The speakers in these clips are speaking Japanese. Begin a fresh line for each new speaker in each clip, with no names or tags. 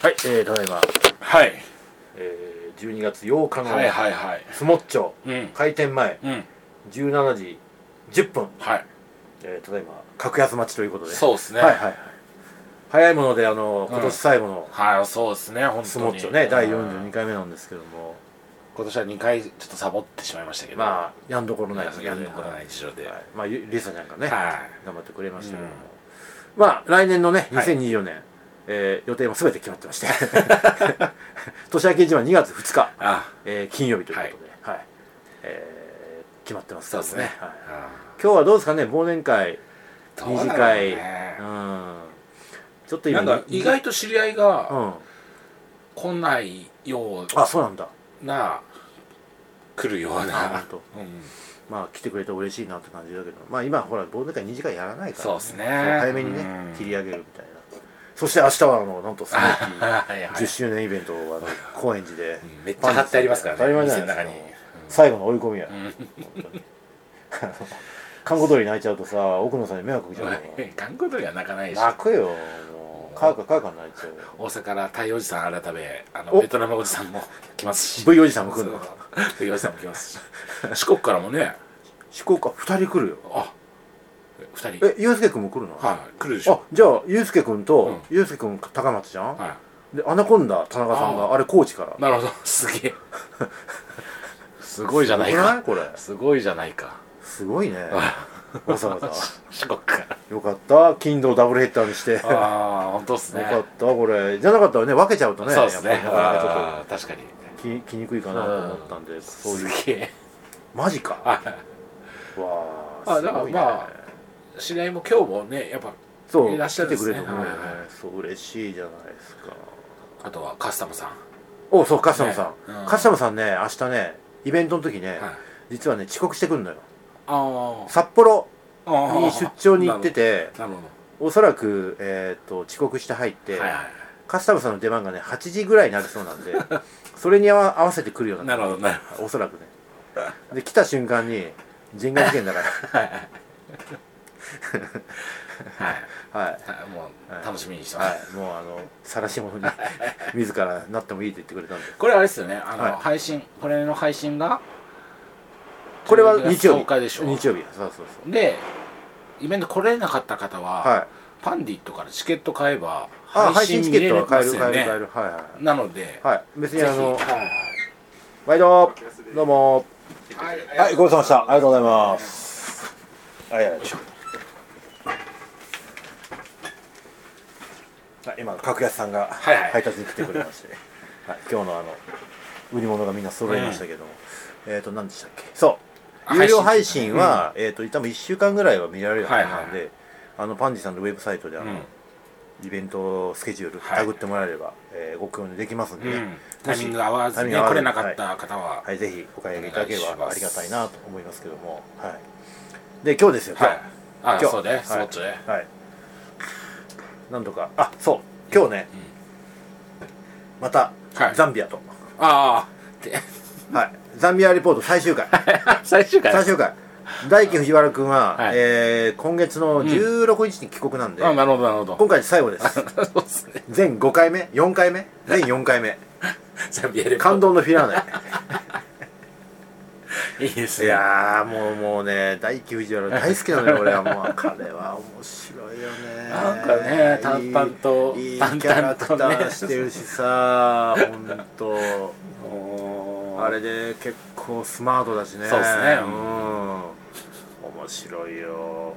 はい、えー、ただいま、
はい
えー、12月8日の
はいはいはい
スモッチョ、
うん
開店前
うん
17時10分、
はい
えー、ただいま格安待ちということで
そうですね
はいはいはい早いものであの
ん
今年最後の
はいそうですね本当に
スモッチョね、第
う
42
ん
回目なんですけども、
今年は2回ちょっとサボってしまいましたけど
まあやんどころない
ややんどころない事情で
はいまあゆリサちゃんがね、
はい
頑張ってくれましたけども、まあ来年のね
はい
2024年、えー予定も全て決まってまして 年明け一番2月2日
あ
えー金曜日ということで、はいえー決まってますけ
そう
ど
ですね
はい、
あ
今日はどうですかね忘年会
どう
二
なん
次
だろう
会
ね
うんちょっと今
なんか意外と知り合いうが
ん
来ないよ
あそうなんだ
うな来るよう
あ
な
本当
うん
まあ来てくれて嬉しいなって感じだけどまあ今ほら忘年会2次会やらないから、
そうですね
早めにね
うん
切り上げるみたいなそして明日はあのなんとスモーキー
はいはい
10周年イベントをあの高円寺で
めっちゃ貼ってありますからね
当たり前じゃないですか最後の追い込みや、本当にあの看護通り泣いちゃうとさ奥野さんに迷惑かけちゃうから
頑固とりは泣かないし
泣くよもうカーカーカーカー泣いちゃうよ
大阪からタイおじさん改めあの
お
ベトナムおじさんも来ますし
V おじさんも来るの
そう V おじさんも来 ますし四国からもね
四国か2人来るよ
あ二人
えゆうすけくんも来るの、
はい来るでし
あ
ょ
じゃあゆうすけくんと、
うん
ゆうすけくん高松じゃん、
は
でアナコンダ田中さん
あ
があれ高知から
いなるほど すげえすごいじゃない
すごくな
か
いこれ
すごいじゃないか
すごいね わざわ ざ
四国から
よかった金土ダブルヘッダーにしてよか
ああ本当っすね
ったこれじゃなかったらね分けちゃうとね
そうですね
やっぱりなかなかちょっと
あー確かに
ききにくいかなと思ったんで、そう
す
いう
げえ
マジかわ
あ
あ
あだからまあ知り合いも今日もねやっぱ
そう
いらっしゃるん
来
で
てくれ
すね
ると思うよね、
はいは
そう嬉しいじゃないですか
あとはカスタムさん
おそうカスタムさん、
ねうん
カスタムさんね明日ねイベントの時ね、
はい
実はね遅刻してくるのよ
あ
札幌
あ
に出張に行ってて
なるほ
おそらく、えー、と遅刻して入って、
どはいはい
カスタムさんの出番がね8時ぐらいになりそうなん でそれに合わ合わせてくるような
なるほどなる
おそらくねで来た瞬間に人外事件だ か
ほどはいはい
らはい
はいも
はいう
楽しみにしてます、
はい、もうあの晒し者に 自らなってもいいと言ってくれたんで
これあれですよねあの、
はい
配信これの配信が
これは
12
日曜日
10日でしょ
日曜日そうそうそう
でイベント来れなかった方は、
はい
パンディットからチケット買えば
あ配信チケットは買える
見
買え
れ
る買え
ますよね
るはいはい
なので、
はい別にあの
ぜひはい
毎度どうも
はい
はいご苦労様でしたありがとうございますはいはいはい今格安さんが
はいはい
配達に来てくれま して、はい今日のあの売り物がみんな揃いましたけども、えっ、と何でしたっけそう有料配信は、えっ、と多分1週間ぐらいは見られるはずなんで、
はいは
あのパンジさんのウェブサイトであの、
うん
イベントスケジュール
はい
タグってもらえれば、えーご購入できますんでね、
うんタ
も
イ
し
ミング合わず
タイミ
に
ング合わず
ね来れなかった方は、
はい、ぜひお買い上げいただけれ
お願いしま
ば
す
ありがたいなと思いますけども、はい、で今日ですよ今日、
あ
今日
そうね、
はい
スポッチね
はいなんとかあそう今日ね、また、
はい
ザンビアと、
ああで
はい、ザンビアリポート最終回
最終 回
最終回大輝藤原君は、
はい
えー今月の16日に帰国なんで、
あなるほどなるほど
今回で最後です
そうですね
全5回目4回目全4回 目
ザンビエル
感動のフィラーナ
いいです
い
ね
やーもうもうね大輝藤原大好き なのよ俺はもう彼は面白いよね
なんかね淡々と
いいいいキ
淡々とね
ャラクターしてるしさ本 当
おー
あれで結構スマートだしね
そうっすね
うん面白いよ本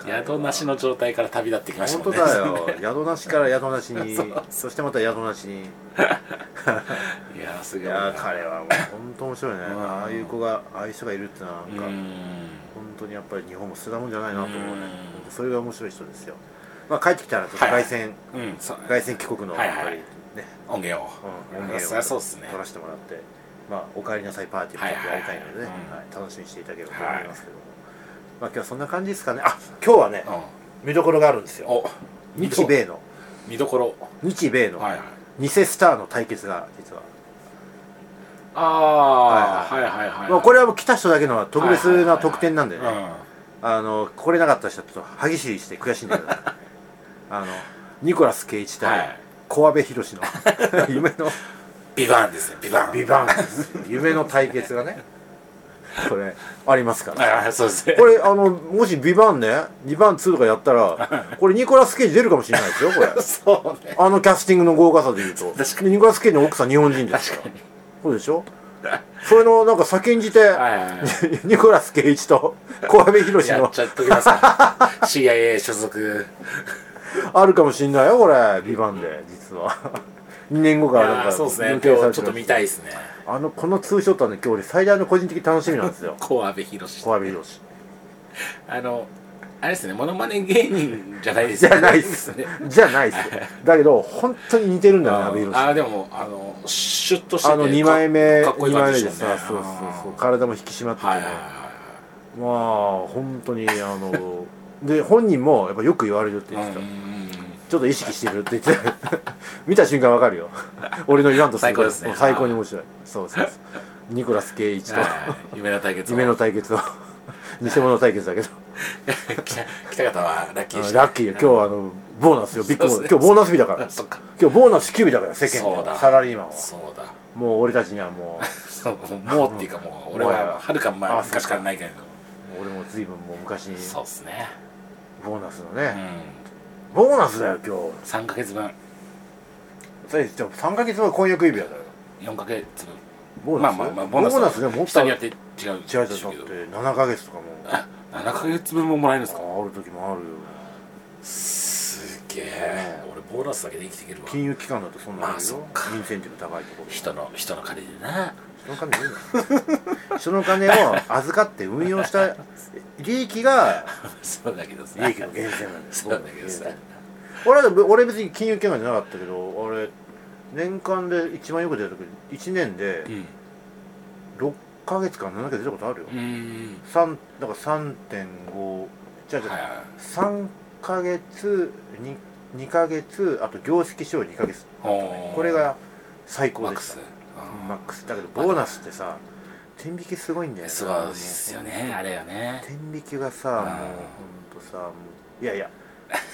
当に
宿なしの状態から旅立ってきました
本
も
当
んね
だよ宿なしから宿なしに
そ
そうしてまた宿なしに
いやーす
い
ごいな
やー彼はもう本当面白いね
ん
ああいう子がああいう人がいるってのは
う
なんか、
ん
本当にやっぱり日本も捨てたもんじゃないなと思うね
うん
それが面白い人ですよ、まあ、帰ってきたらちょっと凱旋、
うんそう
凱旋帰国の
はい
やっ
はい
ぱりね、
音源を
うん音
そり
源
ゃ
を
そうっすね
撮らせてもらって、まあ、お帰りなさいパーティーみたいなのやりたいのでね、
はいはいはいう
は
ん
い楽しみにしていただければと思いますけども、まあ、今日はそんな感じですかねあ今日はね
うん
見どころがあるんですよ
お
日米の
見どころ
日米の
はいはい
偽スターの対決が実は、
ああーはいはいはい
まあ、こ
れ
れはもう来た人だけの特別な特典なんでね、
うん
あの来れ なかった人はちょっと歯ぎしりして悔しいんだけどあのニコラス・ケイチ対、
はい
小阿部寛 の夢の
ビバンですねビバン
ビバンです夢の対決がねこれありますから
ああそうですね
これあのもしビバンね2番2とかやったらこれニコラス・ケイジ出るかもしれないですよ これ
そうね
あのキャスティングの豪華さでいうと
確か
ニコラス・ケイジの奥さん日本人ですから
確かに
そうでしょそれのなんか先んじて
はいはいはい
ニコラス・ケイジと小阿部寛
やっ
の
ちゃっときますか CIA 所属
あるかもしんないよこれビバンで実は2 年後
い
からなん
やー
か
そうですね
予定さ
今
れ
日ち
て
ょっ
る
と見たいですね
あのこのツーショットはね今日俺最大の個人的楽しみなん ですよ
小阿部寛
小阿部寛
あのあれですねモノマネ芸人 じゃないで
じ
すよね
ゃないっす
ね
じゃないっすだけど本当に似てるんだよね阿部寛
ああでもあのシュッとしてて
あの2枚目
かっこい
二
い感
枚目
じ
で
した
さ
ね
そうそうそう
あ
体も引き締まって
ー
て
はい
ね
はいはい
まあ本当にあので本人もやっぱよく言われるって言ってた
はいうん
ちょっと意識してるって言ってた 見た瞬間わかる よ俺の言わんとること
最高ですね
最高に面白いそうそうそうニコラス・ケイイチと
はい夢の対決を
夢の対決を偽物対決だけど
北北方はラッキーでした
ラッキーよ今日はあのボーナスよビッグボーナス今
そう
日ボーナス日だから
そっか
今日ボーナス給日だから世
そ
間
う
で
だ
サラリーマンは
そうだ
もう俺たちにはも
そうもうっていうかもう俺ははるか前
あ
昔からないけれど
う俺も随分もう昔に
そうですね
ボーナスの
う
ね、
ん
ボーナスだよ今
3ヶ月分
日それじゃあ3ヶ月後婚約指輪だよ
4ヶ月
ボー
分
ナ
まあ
ス
まあまあ
ボーナスでもっ
人
と
に
違
よっ
う
て違
違
う
うだって
でしょうけど
7ヶ月とか も
あ7ヶ月分ももらえるんですか
ある時もあるよ
すげえ俺ボーナスだけで生きていけるわ
金融機関だとそんなの
まあ
る
そっ
よ、
か
インセンティブ高いところ
人の人の金でな
人の金でいいの人の金を預かって運用した利益が
そうだけどさ
利益の源泉なんだよ
そうだけどさ
俺は俺別に金融機関じゃなかったけど俺年間で一番よく出た時1年で
うん
6ヶ月から7ヶ月出たことあるよ、
うん
三だから3.5じゃあじ
は
ゃ
い
あ
はい
3ヶ月 2, 2ヶ月あと業績賞2ヶ月
おー
これが最
マ
高
ッ
で
ク
し
ス
た
うん
マックスだけどボーナスってさ天引きすごいんだよね
すごいですよねあれよね
天引きがさもう
あー
ほんとさもういやいや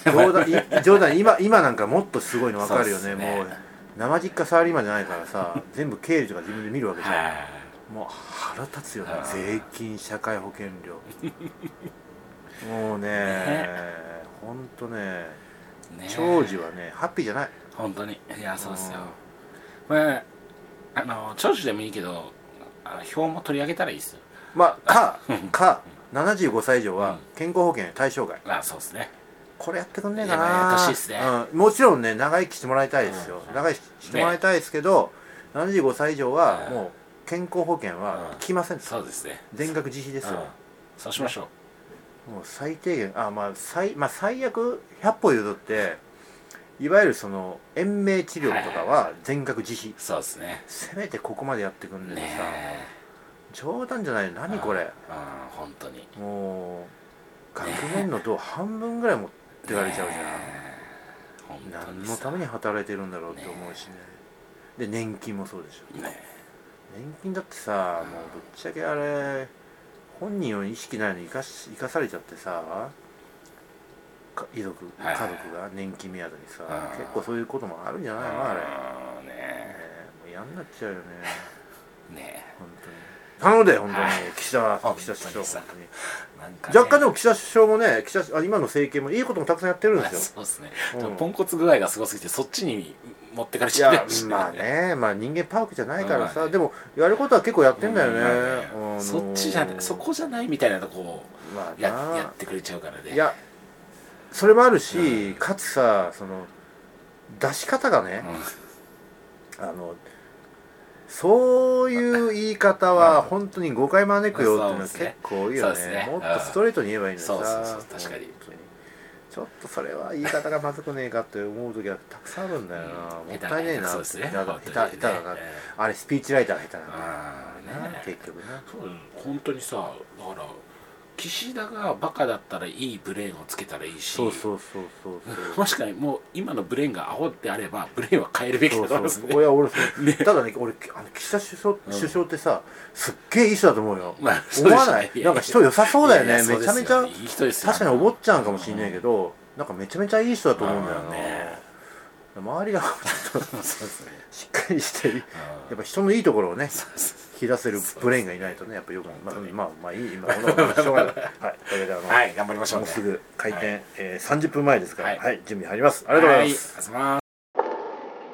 冗談い冗談今今なんかもっとすごいの分かるよ
そ
ね
うっすね
もう生実家サラリーマンじゃないから さ全部経理とか自分で見るわけじゃん、
は
もう腹立つよね
あー
税金社会保険 料もうね
ね
ほんとね
いね
長寿はねハッピーじゃない
本当にいやそうですよまああの長寿でもいいけどあの表も取り上げたらいいですよ
まあか か75歳以上は健康保険対象外
あそうですね
これやってくんねえか
いやや
な
ってほしいっすね
うん、もちろんね長生きしてもらいたいですよ、
うん
長生きしてもらいたいですけど、75歳以上は
うん
もう健康保険は
う
効
ん
きません、
そうですね
全額自費ですよ
うん、そうしましょう
もう最低限あ、まあ最まあ、最悪100歩譲っていわゆるその延命治療とかは全額自費、
そうですね
せめてここまでやってくんね
ね
えさ、冗談じゃないよ何これ、
えうん本当に
もう学年のど半分ぐらい持ってかれちゃうじゃん、
本当
何
に
のために働いてるんだろうって思うしねで年金もそうでしょ
ね
年金だってさもうぶっちゃけあれ本人を意識ないのに生かし生かされちゃってさか遺族
は
家
いはい
族が年金目当てにさ
うん
結構そういうこともあるんじゃないのあれね
あれね
えもう嫌になっちゃうよね
えね
本当に頼んで本当に
はい
岸田
本当に
岸田首相
さ
本当に
えなんかね
若干でも岸田首相もね岸田あ今の政権もいいこともたくさんやってるんですよ
そうですね
うん
ちょっとポンコツ具合がすごすぎてそっちに持ってかれ
い
ちゃ
や
ってる
まあねまあ人間パークじゃないからさ、
まあね
でもやることは結構やってんだよね、
うん
あのー
そっちじゃないそこじゃないみたいなとこを
まあ
や
な
やってくれちゃうからね
いやそれもあるし、
う
かつさその出し方がね、あのそういう言い方は本当に誤解招くよっていうのは
そうです
結
ね
構多いよ
そうです
ね
ね
もっとストレートに言えばいいのにさ
そうそうそう確かに
本当ちょっとそれは言い方がまずくねえかって思う時はたくさんあるんだよな、
うん
もったいねえな
そうですね
下手だ
本当にね
下手だな、
え
あれスピーチライター下手なんだよ
あ
な
あね
結局な
そう本当にさだから岸田がバカだったらいいブレーンをつけたらいいし
そうそうそうそうそう
もしかにもう今のブレーンがアホであればブレーンは変えるべき
そ
だ
う
と思い
そう
ま
そ
す
うい
ね
や俺そうただね俺あの岸田首相首相ってさすっげえいい人だと思うよ
まあそう
思
でしょ
わ
う
な
ね
い
いや
なんか人良さそうだよ
い
ね
やいやそう
め
で
ち
す
ゃ
よ
めちゃ
いい人ですよ
確かにお坊ちゃんかもしんないけどなんかめちゃめちゃいい人だと思うんだよ
うんね
ね周りがちょっと
そうですね
しっかりしてや
あ
っぱ人のいいところをね
ーそ
引き出せるブレインがいないとねやっぱよくまあ
本当に
まあまあいい今こんなことはしょうがないはいというわけであ
う
の、
はい頑張りましょう
もう
ね
すぐ開店、
は
えー、30分前ですから、
は
はいい、準備入ります。ありがとうございます。
はありがとうございます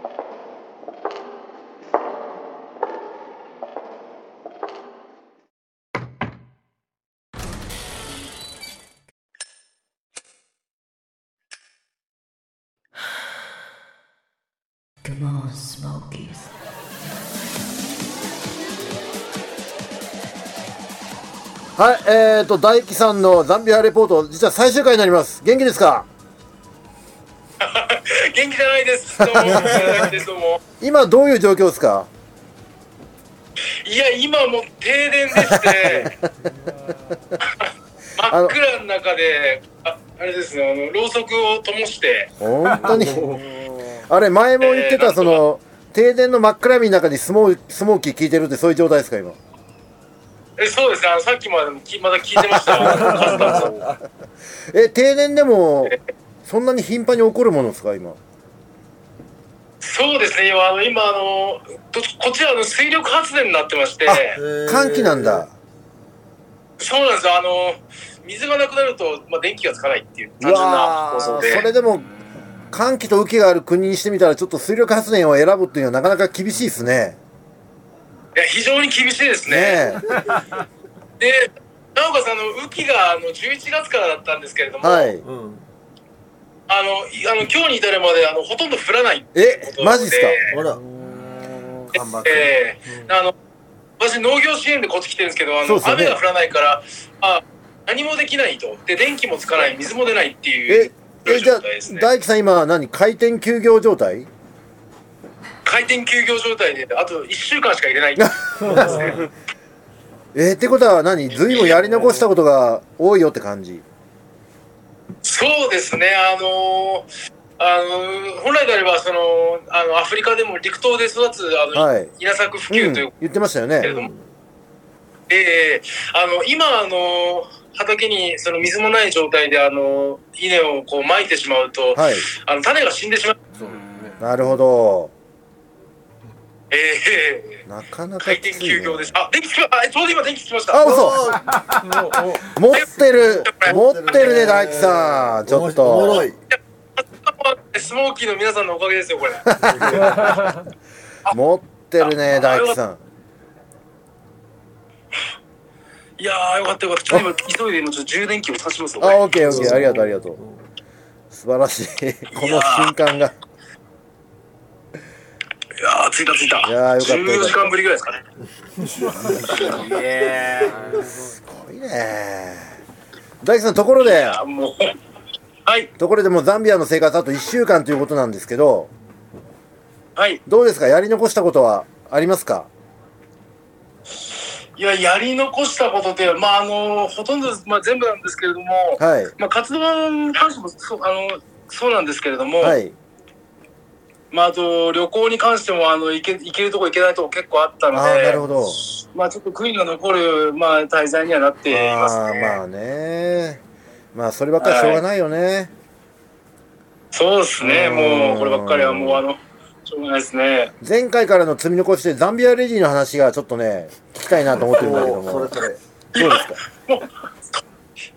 はい、えーと、大輝さんのザンビアレポート、実は最終回になります。元気ですか
元気じゃないです。どうも、元気じゃないです。どうも。
今どういう状況ですか
いや、今もう停電でして。真っ暗の中で、あ、あれですね、あのろうそくを灯して。
本当 に。あれ、前も言ってた、
えー
その、停電の真っ暗闇の中にスモースモーキー聞いてるって、そういう状態ですか、今。
え、そうですね、あのさっきまでもき、まだ聞いてました。カスタム さん
え、停電でも、そんなに頻繁に起こるものですか、今。
そうですね、今、あの、今、あの、ここっちはあの水力発電になってまして。
寒気なんだ。
そうなんですよ、あの、水がなくなると、まあ、電気がつかないっていう
う
単純な
わ
構
ーそ
造で。
れでも、寒気と雨気がある国にしてみたら、ちょっと水力発電を選ぶっていうのはなかなか厳しいですね。
いや、非常に厳しいです
ねえ。
で、なおかつ、あの、雨季が、あの、11月からだったんですけれども、
はい。
うん。
あの、いあの、今日に至るまで、あの、ほとんど降らないっていう
え
こと、
マジっすか
ほら。
でええあの、私、農業支援でこっち来てるんですけど、あ
そうで
の、
すよね
雨が降らないから、あ、何もできないと。で、電気もつかない、水も出ないっていう
え、え、じゃあ
状態です、ね。
大輝さん今何開店休業状態
回転休業状態で、あと1週間しか入れな い。ですね
えー、ってことは何随分やり残したことが多いよって感じ
そうですね、あのーあのー本来であればそのあのアフリカでも陸東で育つあの、
はい、
稲作普
う
及
ん、
という
言っ
こ
てましたよ
とですけれ
ね
ども、ええあの今あの畑にその水もない状態であの稲をこう撒いてしまうと、
はい
あの種が死んでしまう。
そうね。
なるほど
ええ
なかなか
回
き
転
ついね
休業です。あ、電気つきま、あ、ちょうど今電気つきました。
あ
あ、
嘘持ってる持ってるね大輝さんちょっ
おもろ
と
い。
スモーキーの皆さんのおかげです よ、これ。
持ってるね大輝さん
いやー、よかったよかった。ちょっと今、急いで今、ちょっと充電器を差しますよ、これ
あオッケーオッケーありがとうありがとう素晴らしいこの瞬間が
いやー、ついたついた。
いやーよかったよかった
14時間ぶりぐらいですかね。
いえ
すごいね大輝さんところで
あもう。はい、
ところでもうザンビアの生活あと1週間ということなんですけど
はい。
どうですかやり残したことはありますか
いや、やり残したことって、まあ、あの、ほとんど、まあ、全部なんですけれども、
はい
まあ、活動に関しても、そう、あの、そうなんですけれども、
はい
まあ、あと、旅行に関しても、あの、行け、行けるとこ行けないとこ結構あった
ああ
の
ーなる
で、
ほど
まあ、ちょっと悔いが残る、まあ、滞在にはなっています
ああ
ね。
まあねまあそればっかりはしょうがないよね、
そうですね、
うん
もう、こればっかりはもう、あの、しょうがないですね。
前回からの積み残しでザンビアレディの話がちょっとね聞きたいなと思ってるんだけど
お
も
それそれ。
どうですか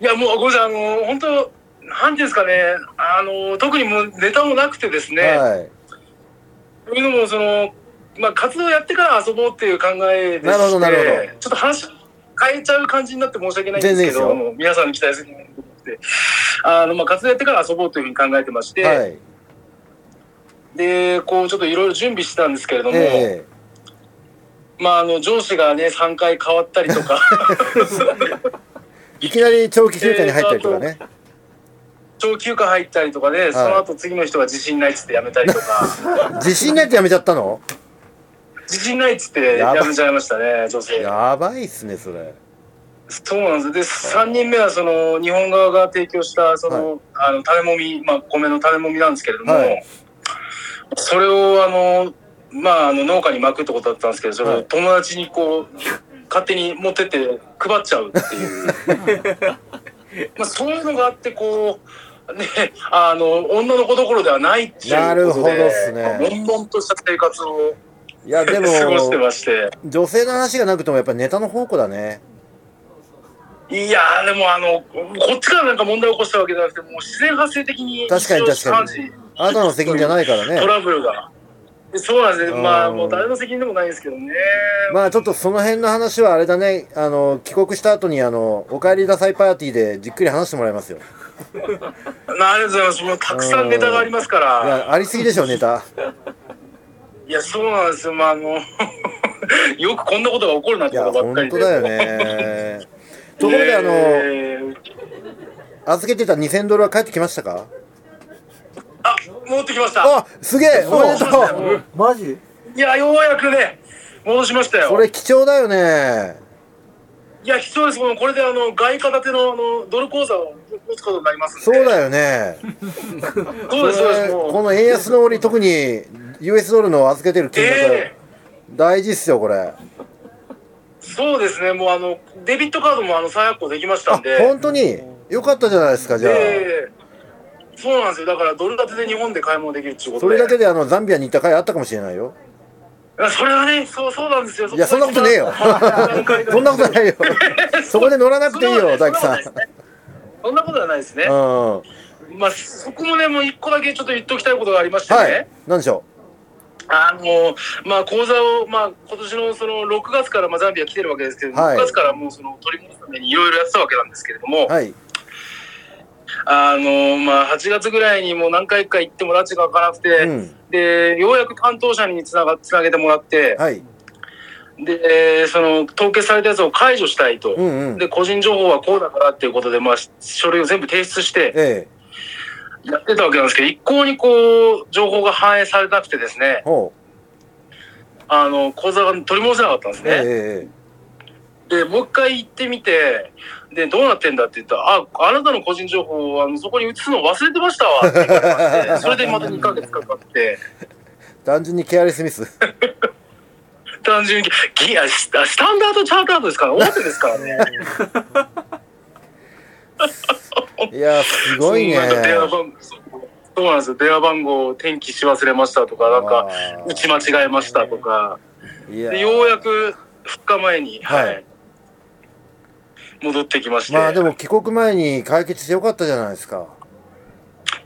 いや、もう、ごめんなさい、あの、本当なんていうんですかね、あの、特にもうネタもなくてですね、
はい
というのもその、まあ、活動やってから遊ぼうっていう考えでして
なるほどなるほ
ちょっと話変えちゃう感じになって申し訳ないんですけ
全
ど
然いい
もう皆さんに期待すると思ってあの、まあ、活動やってから遊ぼうというふうに考えてまして、
はい
でこうちょっといろいろ準備してたんですけれども、
え
まあ、あの上司がね3回変わったりとか
えいきなり長期休暇に入ったりとかね、
長期休暇入ったりとかで、その後次の人が自信ないっつって辞めたりとか
自信ないってやめちゃったの
自信ないっつって辞めちゃいましたね女性
やばいっすねそれ
そうなんです。で、3人目はその日本側が提供したその、あの種もみ、まあ米の種もみなんですけれども、
はい
それをあのまああの農家に巻くってことだったんですけど、それ
は
を
い
友達にこう勝手に持って って配っちゃうっていう、まあそういうのがあってこう。ね、あの、女の子どころではないっていうことで。
なるほどっすね
悶々とした生活を
いや、で
過
も、
ごしてまして。
女性の話がなくてもやっぱりネタの宝庫だね。
いやー、でもあの、こっちからなんか問題を起こしたわけじゃなくて、もう自然発生的に。
確かに確かに
一応3時
あなたの責任じゃないからね
ト。ラブルが。そうなんですね。まあ、
うん
もう誰の責任でもないんですけどね。
まあちょっとその辺の話はあれだね、あの、帰国した後にあの、お帰りなさいパーティーでじっくり話してもらいますよ。
まあ、ありがとうございます。もうたくさんネタがありますか
い
ら。
や、ありすぎでしょ、 ネタ。
いや、そうなんですよ。まあ、あの、 よくこんなことが起こるなっ
い
てこ
や、
とばっ
本
かりで。
当だよね。 ところであの、
えー
預けてた2000ドルは帰ってきましたか
あ、戻ってきました。
あ、すげえおめでと う
マジ
いや、ようやくね、戻しましたよ。
それ貴重だよね。
いや、貴重です。もうこれで、あの、外貨建ての、あの、ドル口座を持つことになりますんで。
そうだよね。
そうです、そうです。もう
この円安の折、特に US ドルの預けてる金額
え、
大事っすよ、これ。
そうですね。もう、あの、デビットカードも、あの、再発行できました
あ
んで。、
本当によかったじゃないですか、じゃあ。
でそうなんですよ。だから、ドル建てで日本で買い物できるっていうこと
そ
で。
れだけであのザンビアに行った回あったかもしれないよ。
あそれはね、そう、そうなんですよ。
いや、そんなことねえ よ。そんなことないよ。そこで乗らなくていいよ、大
大
樹
樹
さん。
そんなことはないですね。
うん。
まあ、そこもね、もう一個だけちょっと言っときたいことがありましてね。
はい。なんでしょ
あのまあ、口座を、まあ、今年のその6月から、まあ、ザンビア来てるわけですけど、
はい
6月からもうその取り戻すためにいろいろやってたわけなんですけれども、
う。はい。
あのまあ、8月ぐらいにもう何回か行っても拉致が開かなくて、
うん。
で、ようやく担当者につながつなげてもらって、
はい。
で、その凍結されたやつを解除したいと。
うんうん。
で個人情報はこうだからっていうことで、まあ、書類を全部提出して
ええ。
やってたわけなんですけど、一向にこう、情報が反映されなくてですね、
ほう。
あの、口座が取り戻せなかったんですね。
ええ
で、もう一回行ってみて、で、どうなってんだって言ったら、あ、あなたの個人情報をあのそこに移すの忘れてましたわって言われまして、それでまた2ヶ月かかって、
えええ。単純にケアレスミス。
単純に、ギアススタンダードチャータードですから、大手ですからね。
いや、 すごいね。
そうなんか電話番そうそうなんですよ。電話番号を転記し忘れましたとか、なんか、打ち間違えましたとか、
いや
でようやく2日前に、はい、
はい
戻ってきまして。
まあでも帰国前に解決してよかったじゃないですか。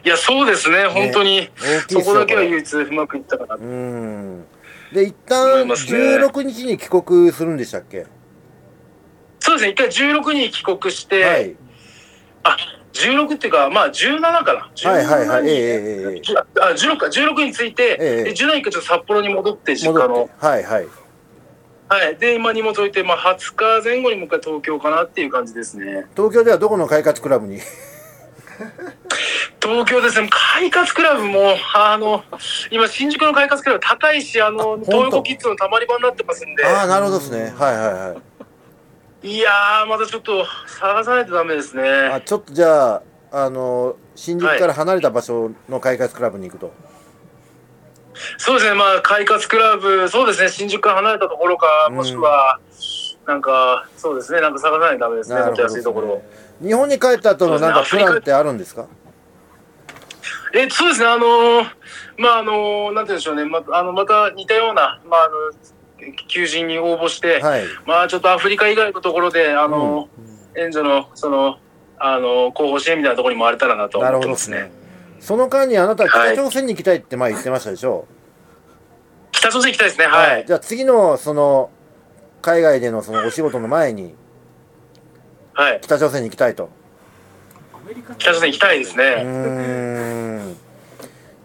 いや、そうですね、本当に。
大きい
そ
っす
こ
よ
だ
こ
けは
れ
唯一うまくいったかな。
うん。で、一
思
旦
いますね
16日に帰国するんでしたっけ
そうですね、一回16に帰国して、
はい。
16っていうか、まあ17かな。17
はいはいはい。ええ
に
えええ
あ16か、16について、
ええ
で17にちょっと札幌に戻って、
え。
実家
戻っ
の。
て。はいはい。
はい。で、今荷物置いて、まあ20日前後にもう一回東京かなっていう感じですね。
東京ではどこの快活クラブに
東京ですね、快活クラブも、あの、今新宿の快活クラブ高いし、あ
当
の、東横キッズのたまり場になってますんで、
ああ、なるほどですね。はいはいはい
やー、またちょっと探さないとダメですね。
い。あちょっとじゃあ、あの、新宿から離れた場所の快活クラブに行くと。
そうですね、まあ、快活クラブ、そうですね、新宿から離れたところか、
うん
もしくは、なんか、そうですね、なんか探さないとダメですね、
なるほ
もっ
ど
と
ですね
安いところ。
日本に帰った後のなんかプランってあるんですか
え、そうですね、あのーまあ、あのーなんて言うんでしょうね、まあのまた似たような、まあ、あの、求人に応募して、
はい。
まあ、ちょっとアフリカ以外のところで、あのー援助の、その、あのー候補支援みたいなところに回れたらなと
なるほ
思って
ど
ま
ですす
ね。
ね。その間にあなたは北朝鮮に行きたいって前言ってましたでしょ、
北朝鮮行きたいですね、はい。
じゃあ次のその海外でのそのお仕事の前に
はい。
北朝鮮に行きたいと。
北朝鮮行きたいです
う
ね。
ーん。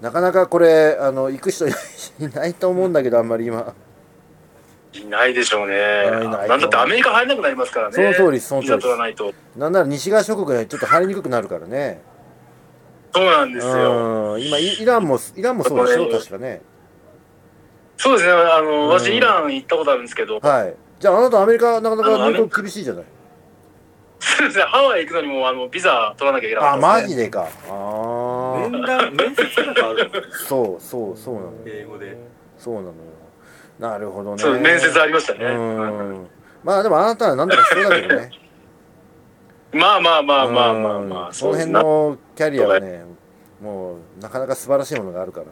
なかなかこれあの行く人いないいないと思うんだけどあんまり今。
いないでしょうね。
いない
なんだってアメリカ入れなくなりますからね。
その通りですその通りです
ビザ取らないと。
なんなら西側諸国がちょっと入りにくくなるからね。
そうなんですよ。
うん。今イイランもイランもそうでしょ確かね。
そうですね。あの、
ん
私、イラン行ったことあるんですけど、
はい。じゃああなたアメリカなかなか
あのアメ
本
リ
当厳しいじゃない。
そうですね。ハワイ行くのにも、あの、ビザ取らなきゃいけなか
あ
った、
マ
で
ジ
すね
でか。あ
面
あ。
談面接とかあるの
そうそうそうなの。
英語で
そうなのよ。なるほどね。
そう、面接ありましたね。
うん。まあでもあなたは何とかしそうだけどね。
まあまあまあまあまあ
うん
まあ、
その辺
う
のキャリアはね、もうなかなか素晴らしいものがあるから。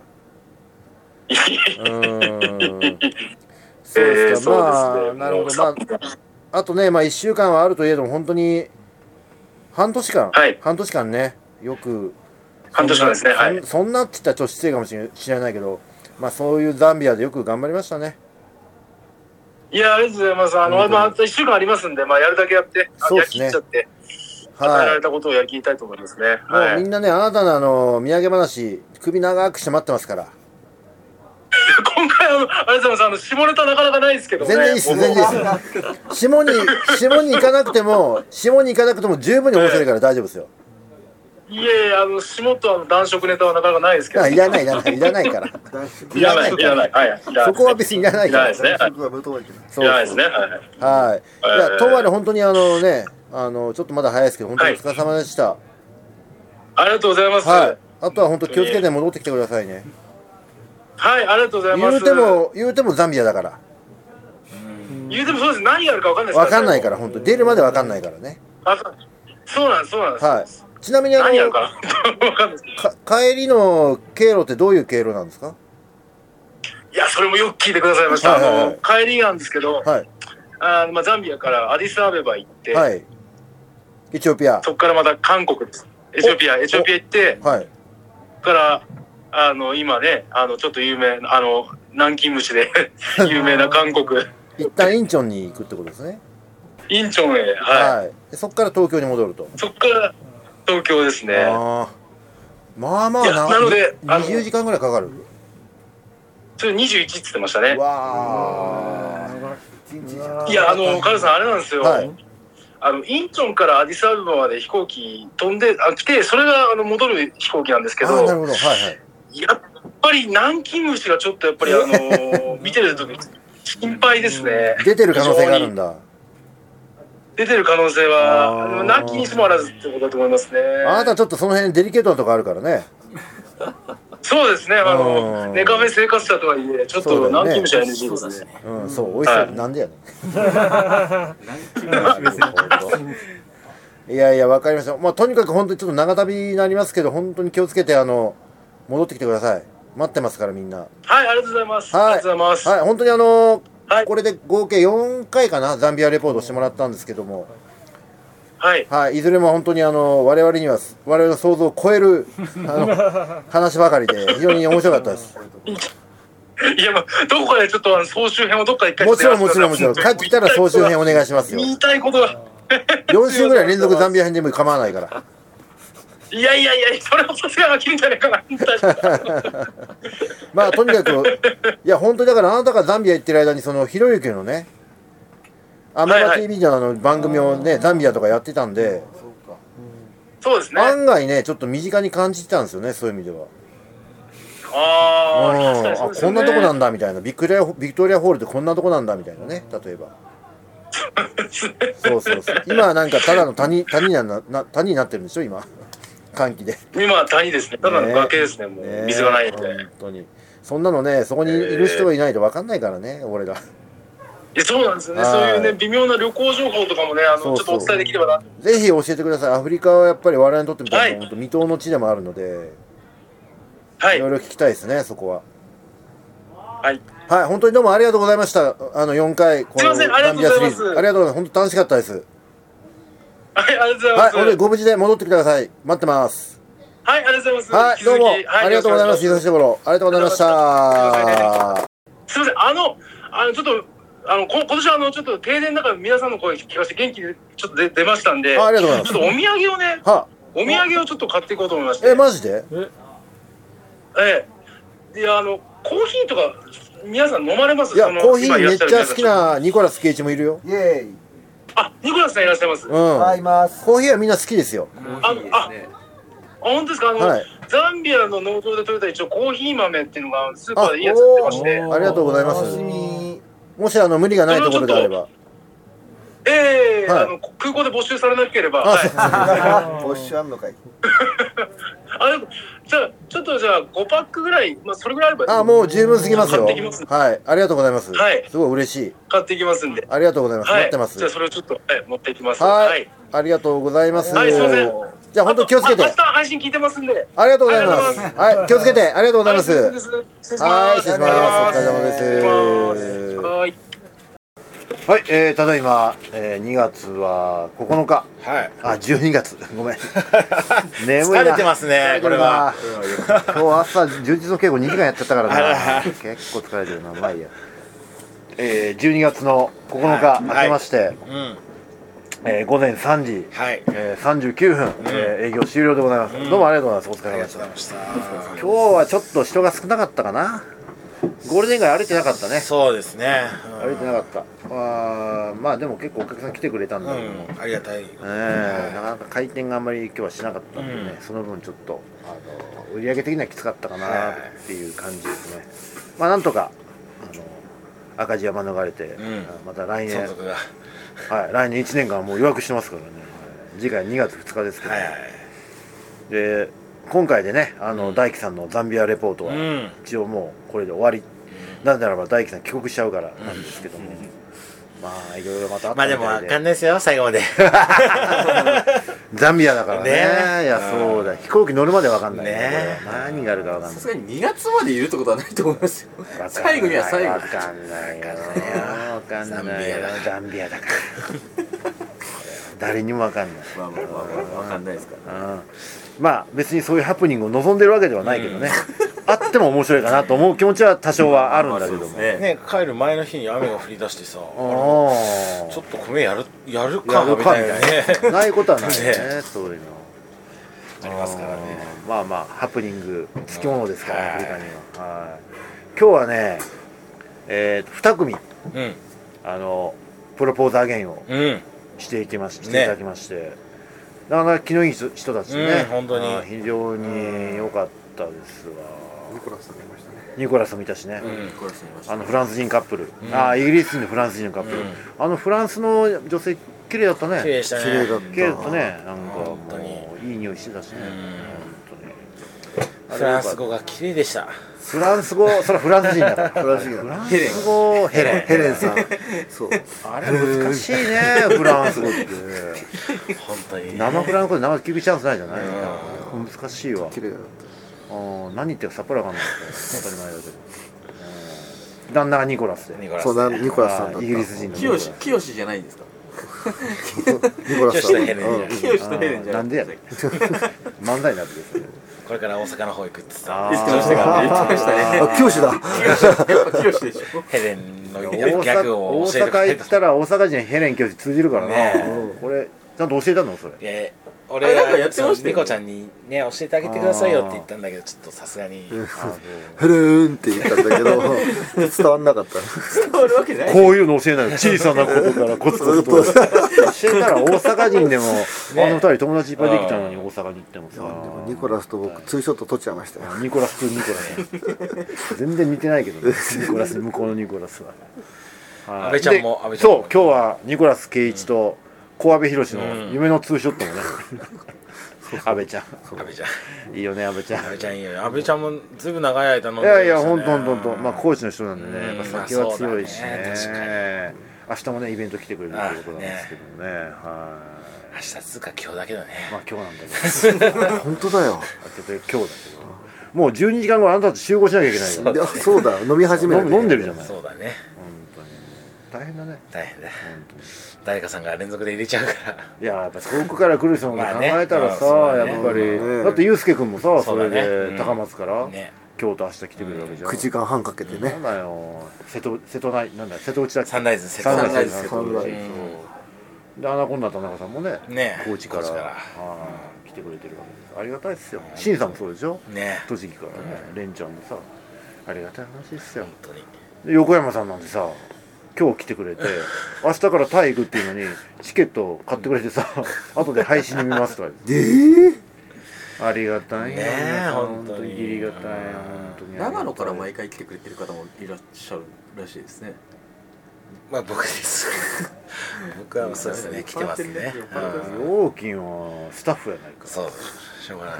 ですね。
うーんそうですか、
えーそう
ま
で
あ、
すね
なるほど、
も
まあ、あとね、まあ、1週間はあるといえども、本当に半年間、
はい
半年間ね、よく、
半年間ですね
そんな
はい
そんなって言ったらちょっと失礼かもしれ知らないけど、まあ、そういうザンビアでよく頑張りましたね。
いや、ありがとうございます。あ
本当
の、
に
まあ、あと一週間ありますんで、まあ、やるだけやって、あ
そう
や
です
りき
ね
っちゃって、与えら
は
れたことをやりきりたいと思いますね。
い。も
は
う
い
み。んなね、あなたのあの、土産話、首長くして待ってますから。
今回、あの、ありがとうございます。あの、下ネタなかなかないですけどね。
全然いいっす、
僕
全然いいっす。下に、下に行かなくても、下に行かなくても十分に面白いから大丈夫ですよ。
いやいや、あの、下とあの、男色ネタはなかなかないですけど。
あいらない、いらない、いらないから。
いらない、いらない。はい。いらな
そ
い
こは別にいらない
い
からら。
ないですね。はいい
そう
らないですね。はい。
はい。いや、
えー
とはいえ本当にあのね、あの、ちょっとまだ早いですけど、本当にお疲れ様でした。
ありがとうございます。は
はい
い。。
あとは本当気をつけて戻ってきてくださいね。
ありがとうございま
言
す。
うて、も、言うてもザンビアだから。
言うてもそうです。何やるかわかんないです。
わかんないからら、本当出るまでわかんないからね。
わかんないそうなんです、そうなんです。
はい。ちなみにあ
何やる
の、
かなわかんないです。
か帰りの経路ってどういう経路なんですか
いや、それもよく聞いてくださいました。
はいはいはい
あの、帰りなんですけど、
は
あのまあ、ザンビアからアディスアベバ行って、
い。はい。エチオピア。
そこからまた韓国です。エチオピア、エチオピア行って、
はい。
そこから、あの、今ね、あの、ちょっと有名、あの、南京虫で 有名な韓国、
一旦インチョンに行くってことですね。
インチョンへ、はい。
はい。でそこから東京に戻ると。
そこから東京ですね。
ああ。まあまあ
いやなのであの
20時間ぐらいかかる。
それ21って言ってましたね。
わあ。
いや、あの、カルさん、あれなんですよ。
はい
あの、インチョンからアディスアベバまで飛行機飛んで、あ来て、それがあの戻る飛行機なんですけ
あーなるほ
ど、
ど。はいはい。
やっぱり南京虫がちょっとやっぱりあの、 見てるとき心配ですね。
出てる可能性があるんだ。
出てる可能性
あー
は、なきにしもあらずってことだと思いますね。
あなたちょっとその辺デリケートなとこあるからね。
そうですね、あ
う
の、
ん
ネカフェ生活者とはいえ、ちょっ
そうだよ
と
ね
南京虫は NG
そ
で
うだ
す
し
ね。
ね。
うん、そう、美味しそう
は。い
なんでやね ん。いやいや、わかりました。まあ、とにかく本当にちょっと長旅になりますけど、本当に気をつけて、あの、戻ってきてください。待ってますから、みんな。
はい、ありがとうございます。
はい
ありがとうございます。
はい、本当にあの
はい
これで合計4回かな、ザンビアレポートしてもらったんですけども、
はい。
はい、いずれも本当にあの我々には、我々の想像を超えるあの 話ばかりで、非常に面白かったです。
いや、まあ、どこかでちょっとあの総集編をどっか一回
もちろん、もちろん、もちろん、帰ってきたら総集編お願いしますよ。
言いたいことが。
4週ぐらい連続ザンビア編でも構わないから。
いやいやいや、それはさすがに飽きるんじゃないかな。
まあ、とにかく、いや、本当にだから、あなたがザンビア行ってる間に、その、ひろゆきのね、アマ
はい
バ
はい
TV のあの番組をね、ザンビアとかやってたんで、
そうですね。あ
案外ね、ちょっと身近に感じてたんですよね、そういう意味では。
あー、確かに
うんあ
そうですよ
こん
ね
なとこなんだみたいなビックリアビクトリアホールってこんなとこなんだみたいなね例えばそうそうそう今はなんかただの谷谷になな谷になってるんでしょ今歓喜で、ね
今は谷ですね。ただの崖ですね、もう。
え
水がないんで。
本当にそんなのねそこにいる人がいないと分かんないからね、俺ら
いやそうなんですよね。
はい
そういうね、微妙な旅行情報とかもね、あ
そ
の、
う
ちょ
そう
っとお伝えできればな。
ぜひ教えてくださいアフリカはやっぱり我々にとってみたいな、
はい
本当未踏の地でもあるので、
はいい。
ろいろ聞きたいですねそこは
はい。
はい本当にどうもありがとうございましたあの4回こ
すいませんありがとうございます
ザンビアシリーズありがとうございます本当楽しかったです
はい、ありがとうござ
はい
い、
ほんで
ます。
ご無事で戻ってきてください。待ってます。
はい、ありがとうございます。
はい、
引き
どうも、
続きはい
ありがとうございます。
よ
ゆ
ろ
ず
しく
しぼろ、ありがとうございまし
ありがとうござい
た。
お願いしますすみません、あの、あの、ちょっと、あの、こ今年はあの、ちょっと停電の中で皆さんの声聞かせて元気でちょっと出出ましたんで、
あありがとうございます
ちょっとお土産をね、
は、
お土産をちょっと買っていこうと思いまして。
え、マジで
ええ。いや、あの、コーヒーとか、皆さん飲まれます
いや、
その
コーヒ
今
ー
いら
めっ
しゃる
ちゃ好き
皆さん
なニコラス・ケイチもいるよ。
イエーイ。
あ、ニコラスさんいらっしゃいます。
う
あ、
ん。
あ、います。
コーヒーはみんな好きですよ。
あ本当ですかあの、
はい
ザンビアの農場で取れた一応コーヒー豆っていうのがスーパーでいいやつ売ってまして、
ありがとうございます
楽しみ。
もし、あの、無理がないところであれば。
ええ
はい
あの空港で募集されなければ、
あ
はい、
そう
募集あんのかい。
あでもじゃあちょっとじゃあ5パックぐらい、まあ、それぐらいあれば
あもう十分すぎますよ
買ってきます
はいありがとうございます、
はい
すごい嬉しい
買っていきますんで、
ありがとうございます、
はい、
待ってます
じゃあそれをちょっと、はい、持っていきます
はい
はい
ありがとうございます、
はいすいません
じゃあ本当気をつけて
ああ明日配信聞いてますんで
ありがとうございます
ありがとう
はい気をつけてありがとうございます
は
はいい
失礼します
失礼しますお疲れ様
お
で
疲れ
す
様はい
はい、えー、ただいま、えー、2月は9日
はい。
あ12月ご めん眠いな
疲れてますね、これは。
今日朝充実の稽古2時間やっちゃった からな結構疲れてるなまあいいやえー、12月の9日
い
明けまして、
うん。
えー午前3時、
はい。
えー、39分、えー営業終了でございます、どうもありがとうございますお疲
あ
れ
り
様
が
でし
とうご
た
ざいました。
今日はちょっと人が少なかったかなゴールデン街歩いてなかったね
そうですね。
歩いてなかったあーまあでも結構お客さん来てくれたん
う
だけども、
ん。うん。ありがたい。
えーなかなか回転があんまり今日はしなかったんでね、
うん
その分ちょっとあの売り上げ的にはきつかったかなっていう感じですね、まあなんとかあの赤字は免れて、
ん
また来年、
存
は
続が。
い、来年1年間もう予約してますからねはい次回2月2日ですけど、
はいはい。
で今回でねあの大樹さんのザンビアレポートは、
うん。
一応もうこれで終わり、なぜならば大樹さん帰国しちゃうからなんですけども、まあいろいろまたあっ
ま
たみ
あでも
たい
わ
で、
かんないですよ、最後まで。
ザンビアだからね
ねえ
いやそうだ飛行機乗るまでわかんないね
ねえ
これは何があるかわかん
さ
ない
すがに2月までいるってことはないと思いますよ
わかんない
最後には最後
わかんないよわかん
ザン
ない
ビ
よ
アだ
ザンビアだから誰にもわかんない
まあまあまあまあわかんないですから
うんまあ別にそういうハプニングを望んでるわけではないけどね、あっても面白いかなと思う気持ちは多少はあるんだけども、
まあそうですね
ね、帰る前の日に雨が降り出してさ、あの
あ
ちょっと米やる、やる
あ
か、みたいなね。
ないことはないよ
ね
ねそういうの
ありますからね。
あーまあまあハプニングつきものですから
は
ア
い
フリカにははい今日はねえ2組
うん。
あのプロポーズアゲインを
うん。
していきまし
ね
していただきまして、なかなか気のいい人人たちでね、
うん本当に
あー非常に良かったですわ
ニコラスさん見ましたね
ニコラスもいたしね、
ん
ニコラス見まし
あ
た
のフランス人カップル、あーイギリス人のフランス人のカップル、
うん
あのフランスの女性綺麗だったね
綺麗でしたね。
綺麗だった
けれどね、なんかも
本当に
ういい匂いしてたしね、本当に
フランス語が綺麗でした。
フランス語、それはフランス人だ から、フ
ランス人だ
フランス語、ヘレン、ヘレンさん、
そう
あれ難 しいね、フランス語って、
本当に。
生フランス語で生で聞くチャンスないじゃない、難しいわ、
綺麗だな
うん何言ってるかさっぱりわかんない、当たり前だけど、うん旦那がニコラスで、
ニコラス
そうだ、ニコラスさんだ
あ
っ
イギリス人のニコ
清
ラ
し
ス、
清しじゃないんですか
ニコラスさん。
女子だけね
うん
清しとヘレンじゃ
なんでやねん
い
漫才になってくる。
これから大阪の方行くっ
あ
てさ
ー
言ってましたから
言
ね
ってましたね
あ、教師だ。
やっぱ清しでしょ
ヘレンの
大阪
逆を
大
教えてく
阪
れ
行ったら大阪人ヘレン教授通じるからな、
ねえ
うんこれちゃんと教えたのそれ
いや俺
あれなんかやってま
が
したよね
ニコちゃんにね教えてあげてくださいよって言ったんだけどちょっとさすがに
ヘレーンって言ったんだけど、伝わんなかった。
伝わるわけない
こういうの教えないの小さなことからコツコツと教えたら大阪人でも、あの二人友達いっぱいできたのに大阪に行ってもさ
ニコラスと僕、ツーショット撮っちゃいましたよ。
ニコラスとニコラス全然似てないけど ねニコラス向こうのニコラスははい
安倍ちゃんも
で
安倍ちゃんも
そう今日はニコラス圭一と小阿部寛の夢のツーショットもね、 安倍ちゃん
阿部ちゃん
いいよね安倍ちゃん
阿部ちゃんいいよ阿部ちゃんもずいぶん長い間飲ん
い
でまし
や
たね
いや、ほんとほんとほんと、まあ、高知の人なんでね、
うん
やっぱ酒は強いし
まあそうだ
ね。明日もね、イベント来てくれるってことなんですけどもね、は
明日つうか今日だけだね
い。まあ、今日なんだけど、
本当だよ。
明けて今日だけど、もう12時間後、あなたたち集合しなきゃいけないよ。
いや、そうだ、飲み始め
飲ん飲んでるじ
ゃ
ゃない。
そ
本
うだね
当に。大変だね。
大変だ
本当に
誰かさんが連続で入れちゃうから
いややっぱ遠くから来る人も考
まあね
えたらさ、
まあそうだね
やっぱり、
うん
だってユうスケ君もさ
そ
そう
だ
れ
ね
で高松から、
ね
京都明日来てくれるわけじゃん、
9時間半かけて
な
ね
ん。だよ瀬戸瀬戸内なんだ瀬戸内だっけ
サンライズ瀬戸
サンライズ
サ
内
ンライ
瀬戸
ズ
内
サンライズ
そうでアナコンダ田中さんもね
ね
高知から
高知から
はい来てくれてるわけですありがたいですよ新さんもそうでしょ
ね
栃木からねレンちゃんもさありがたい話ですよ
本当に
で横山さんなんてさ今日来てく れて明日からタイ行くっていうのにチケット買ってくれて さ後で配信で見ますとか言ってありがたいよ
ねえ
皆さん
本当に
本当に義理がたい本当にありがたい
長野から毎回来てくれてる方もいらっしゃるらしいですね
まあ僕です。 僕はそうですね、来てますね。うん
料金はスタッフやないか
そう、しょうがない。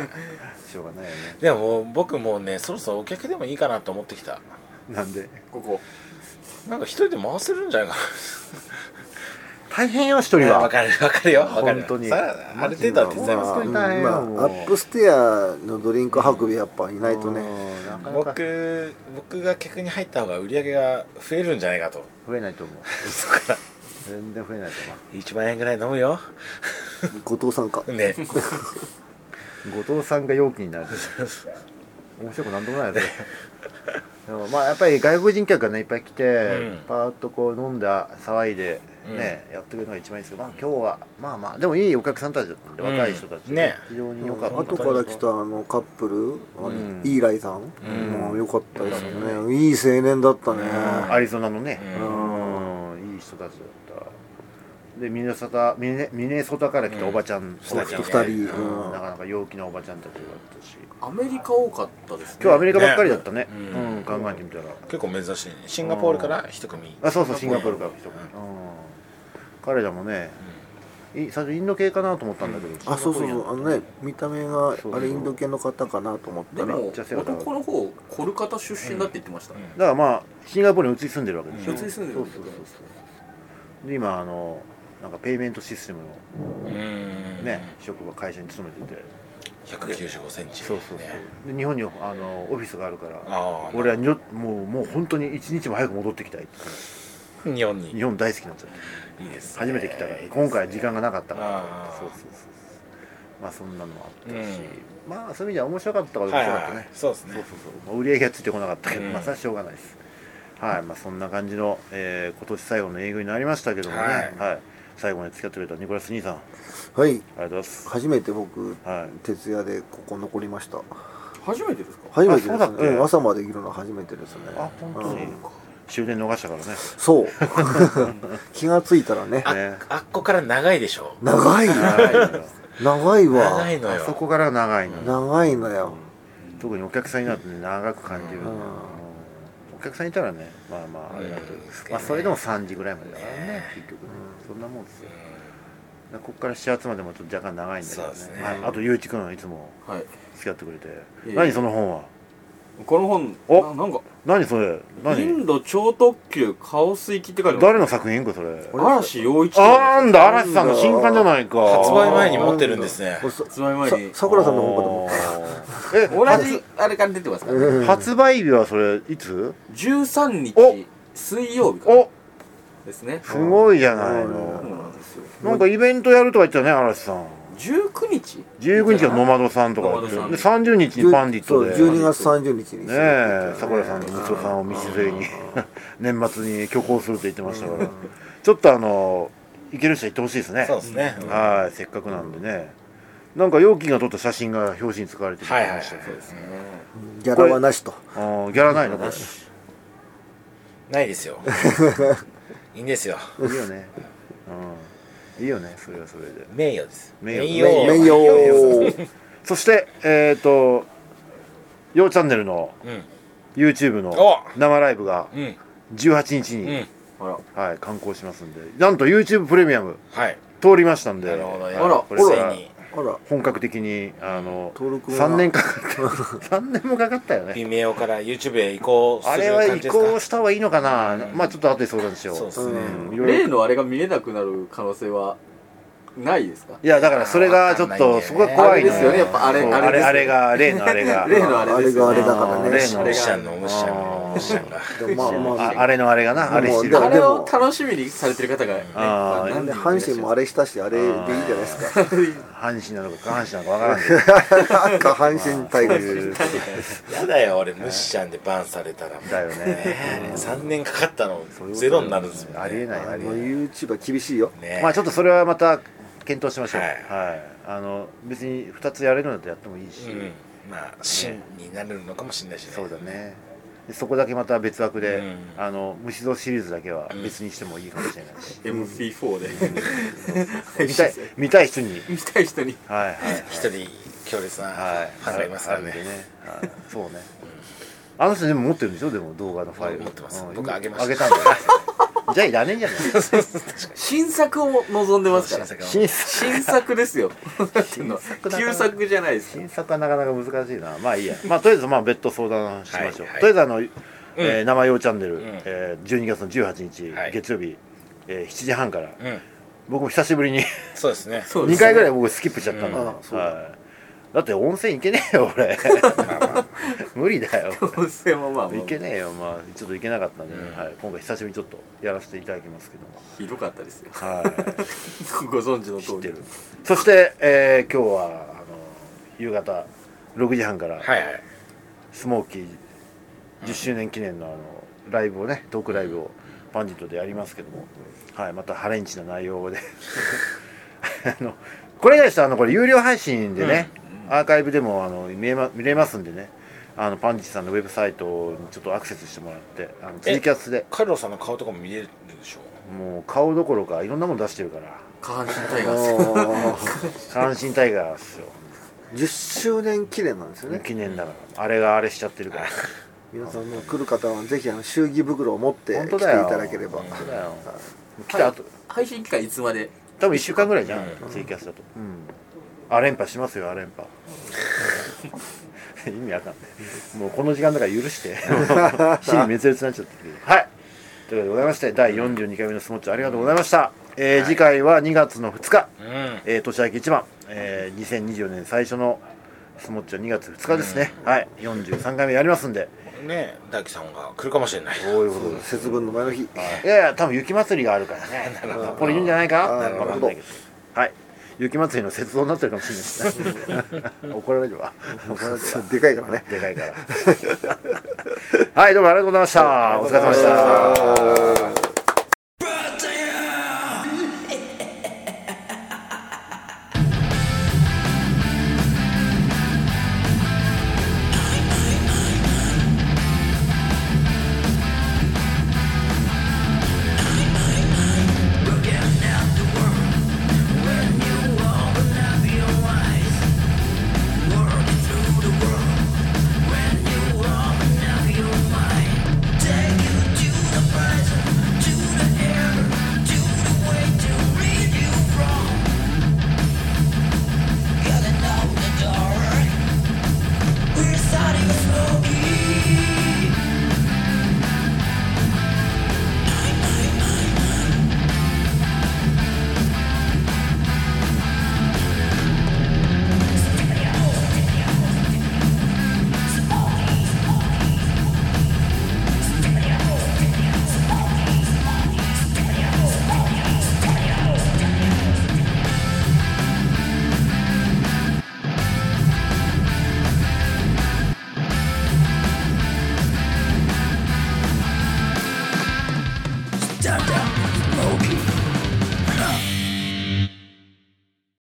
しょうがないよね
でももう僕もうね、そろそろお客でもいいかなと思ってきた。
なんで
ここ
なんか一人で回せるんじゃないか
大変よ一人
な。いやわ
は
かるわかるよ。わかる
本当に
さあある程度は手伝いますけ
う
ど
うんん
ま
ま
あ
あ、アップステアのドリンク運びやっぱいないとね
うんなかなか
僕僕が客に入った方が売り上げが増えるんじゃないかと
増えないと思う
そっから
全然増えないと
1万円ぐらい飲むよ
後藤さんか
ね
思う後藤さんが容器になる面白くなんでもないよねでもまあやっぱり外国人客がねいっぱい来て、
うん
パーッとこう飲んだ騒いでね、やってくれるのが一番いいですけどまあ今日はまあまあでもいいお客さんたちだったんで
うん
若い人たち、
ね
非常に良かった、
後から来たあのカップル、
ん
イーライさん、もう良かったですよね、いい青年だったね、
アリゾナのね、
う
うんいい人たちだったでミネソタミネミネソタから来たおばちゃん
うん
たち
お
も
二
ね
人
うん
なかなか陽気なおばちゃんたちがいたし
アメリカ多かったですね
今日アメリカばっかりだったね
ね
うん、考えてみたら、
結構珍しいねシンガポールから一組
あそうそうシンガポールから来た、うん、彼らもね、い最初インド系かなと思ったんだけど、
あそうそうそうあのね見た目が
そう
あれインド系の方かなと思った
で
ら
も
ちゃ背が高い
男の方コルカタ出身だって言ってましたね
だからまあシンガポールに移り住んでるわけでしょ、
移り住んでる
そうそうそうそうで今あのなんかペイメントシステムの
うん
ね、職場会社に勤めてて
195センチ
そうそうそう、
ね
で日本にあのオフィスがあるから
ああ
俺はにょもうもう本当に一日も早く戻ってきたいって
日本に
日本大好きになっちゃって
いいですね
初めて来たから今回は時間がなかったから
あー
そうそうそうそうまあそんなのもあったし、
う
まあそういう意味では面白かったから面
はい
白かっ
は
た
い
ね、
はいそうです
そう
ね
そうそう、まあ、売り上げがついてこなかったけど、
うん
まあそれはしょうがないですはいまあそんな感じの、えー今年最後の営業になりましたけどもね、は
はいい
最後まで付き合ってくれたニコラス兄さんあ
はい
りがとうございます
初めて僕、
はい
徹夜でここ残りました
初めてですか
初めて
そ
で
うだっ
すね
け、
うん朝までいるのは初めてですね
あ本当に
うん
終電逃したからね
そう 気がついたらね
あ
ね
あっこから長いでしょ
長いよ
長いよ
長いわ
長いの
あそ
よ
こから長いの、
長いのよ
特にお客さんになるとね長く感じるんだよ、
うん
お客さんいたらねまあまああれだけど、
うんですけど
まあ、
ね
それでも3時ぐらいまでだからね
ね
結局ねそんなもんですよ、だからここから始発までもちょっと若干長いんだけど
そ
ね
うですね
はい、あとゆういちくんいつも
はい
付き合ってくれて、
えいえ
何その本は
この本
お
ななんか
何それ
イ
何
ンド超特急カオス行きって書いてある
誰の作品これ
嵐陽一と
あ
か
ーんだ嵐さんの新刊じゃないか
発売前に持ってるんですね
これさ
発売前
さ
に
さくらさんの方かと思った
え
同じあれから出てますからね
発発売日はそれいつ
13
お
日水曜日か
お
ですね
すごいじゃない
そう
の
なんですよ
なんかイベントやるとか言ってたね嵐さん
19日
19日はノマドさんとかで
ノマド
30日にパンディットで
そう12月30日に
ねえさくらさんの息子さんを道連れに年末に挙行すると言ってましたからちょっとあの行ける人は行ってほしいですね
そうですねうんは
はいせっかくなんでねなんか陽気が撮った写真が表紙に使われて
い
る
はいはい
そうです
ギャラはなしと
あーギャラないのこれ
ないで すよいいんですよ
いいよねうんいいよねそれはそれで
名誉です
名誉
名誉
そしてえっと「ようチャンネル」の
うん
YouTube の
お
生ライブが
うん
18日
う
に
ん
あら
はい刊行しますんでなんと YouTube プレミアム
はい
通りましたんで
なるほどね
あら
これ
つ
が
いに
あら
本格的にあの
登録は
3年かかった3 年もかかったよね
微妙から YouTube へ移行す
あ
る感じ
れは移
ですか
行した方がいいのかな、まあちょっと後で相談しよう
そうですね、
うんいろいろ
例のあれが見えなくなる可能性はないですか
いやだからそれがちょっと
わ
そ
かん
こ
ないんだよね
が怖いの
あれですよねやっぱあれ
そう
あ
あれ
れですよ
あれが例のあれが
例のあれですよ
あれがあれだからね
例の
オシャンのオシャンのオシャンが
でもまあま
あ
あ
あれのあれがなあれしてる
もう
あ
だ
れ
でも
を楽しみにされてる方がね
あー
まあ
なんで
何
阪
人
神
も
もあれしたしあれでいいじゃないですか
阪神なのか下半身なのかわからんけど
下半身タイガース
いう
やだよ俺ムッシャンでバンされたら
だよね
3年かかったのゼロになるんですよ、ね、
ありえない
あ
ありえ
の
ない
YouTube は厳しい よ
ね
まあちょっとそれはまた検討しましょうは
はい
い、あの別に2つやれるのだとやってもいいし、
うんまあ真になるのかもしれないしね
そうだねでそこだけまた別枠で、
うん
あの虫蔵シリーズだけは別にしてもいいかもしれない し、
MP4 で
見たい見たい人に
見たい人に
はいはい
一人強烈な
はい、
ファンがいますからね,、
あるんではいそうね。あの人でも持ってるんでしょでも動画のファイル。
持ってます
うん
僕あげました
あげたんだよ。 じゃあいらねえんじゃない
新作を望んでますから
新作 を
新作
新作です よ旧作じゃないです
新作はなかなか難しいなまあいいやまあとりあえずまあ別途相談しましょう、
はいはい
とりあえずあの、えー生用チャンネル、
ん
えー12月の18日、
はい
月曜日、えー7時半から、
うん
僕も久しぶりに
そうですね
そうで
2
すね
回ぐらい僕スキップしちゃったの、
うんあそうだ
はいだって温泉行けねえよ俺 無理だよ
温泉もまあまあ
行けねえよまあちょっと行けなかったんで、
うん
はい、今回久しぶりにちょっとやらせていただきますけども
ひどかったですよ
はい
ご存知の
知っ
通
て
り
るそして、えー今日はあの夕方6時半から、
はいはい
スモーキー10周年記念のあのライブをねトークライブをパンジットでやりますけども、はい、またハレンチな内容で あのこれに対してあのこれ有料配信でね、アーカイブでもあの見え、ま、見れますんでねあのパンジットさんのウェブサイトにちょっとアクセスしてもらってあのツイキャスで
カルロさんの顔とかも見れるでしょ
もう顔どころかいろんなもの出してるから
下半身タイガース
あ
阪神タイガーですよ
ー10周年記念なんですよね
記念だからあれがあれしちゃってるから
皆さんの来る方はぜひあの祝儀袋を持って
本当
来てい
だよ
ただければ
本当だよ
は
来た後
配信期間いつまで
多分1週間ぐらいじゃん、ツイキャスだと、うん、あ連覇しますよあ連覇 意味わかんないもうこの時間だから許して死に滅裂になっちゃってるはいということでございまして第42回目のスモッチありがとうございました、えー次回は2月の2日、
うんは
えー年明け一番、えー2024年最初のスモッチは2月2日ですね、はい43回目やりますんで
いね大樹さんが来るかもしれない
そういうことで
い
す
節分の前の日
いやいや多分雪祭りがあるから ね札幌いるんじゃないか
なるほ
わ
ど
かんないけどはい雪祭りの雪像になってるかもしれない 怒られるわ怒 られるわ
でかいからね
でかいからはいどうもありがとうございましたお疲れ様でした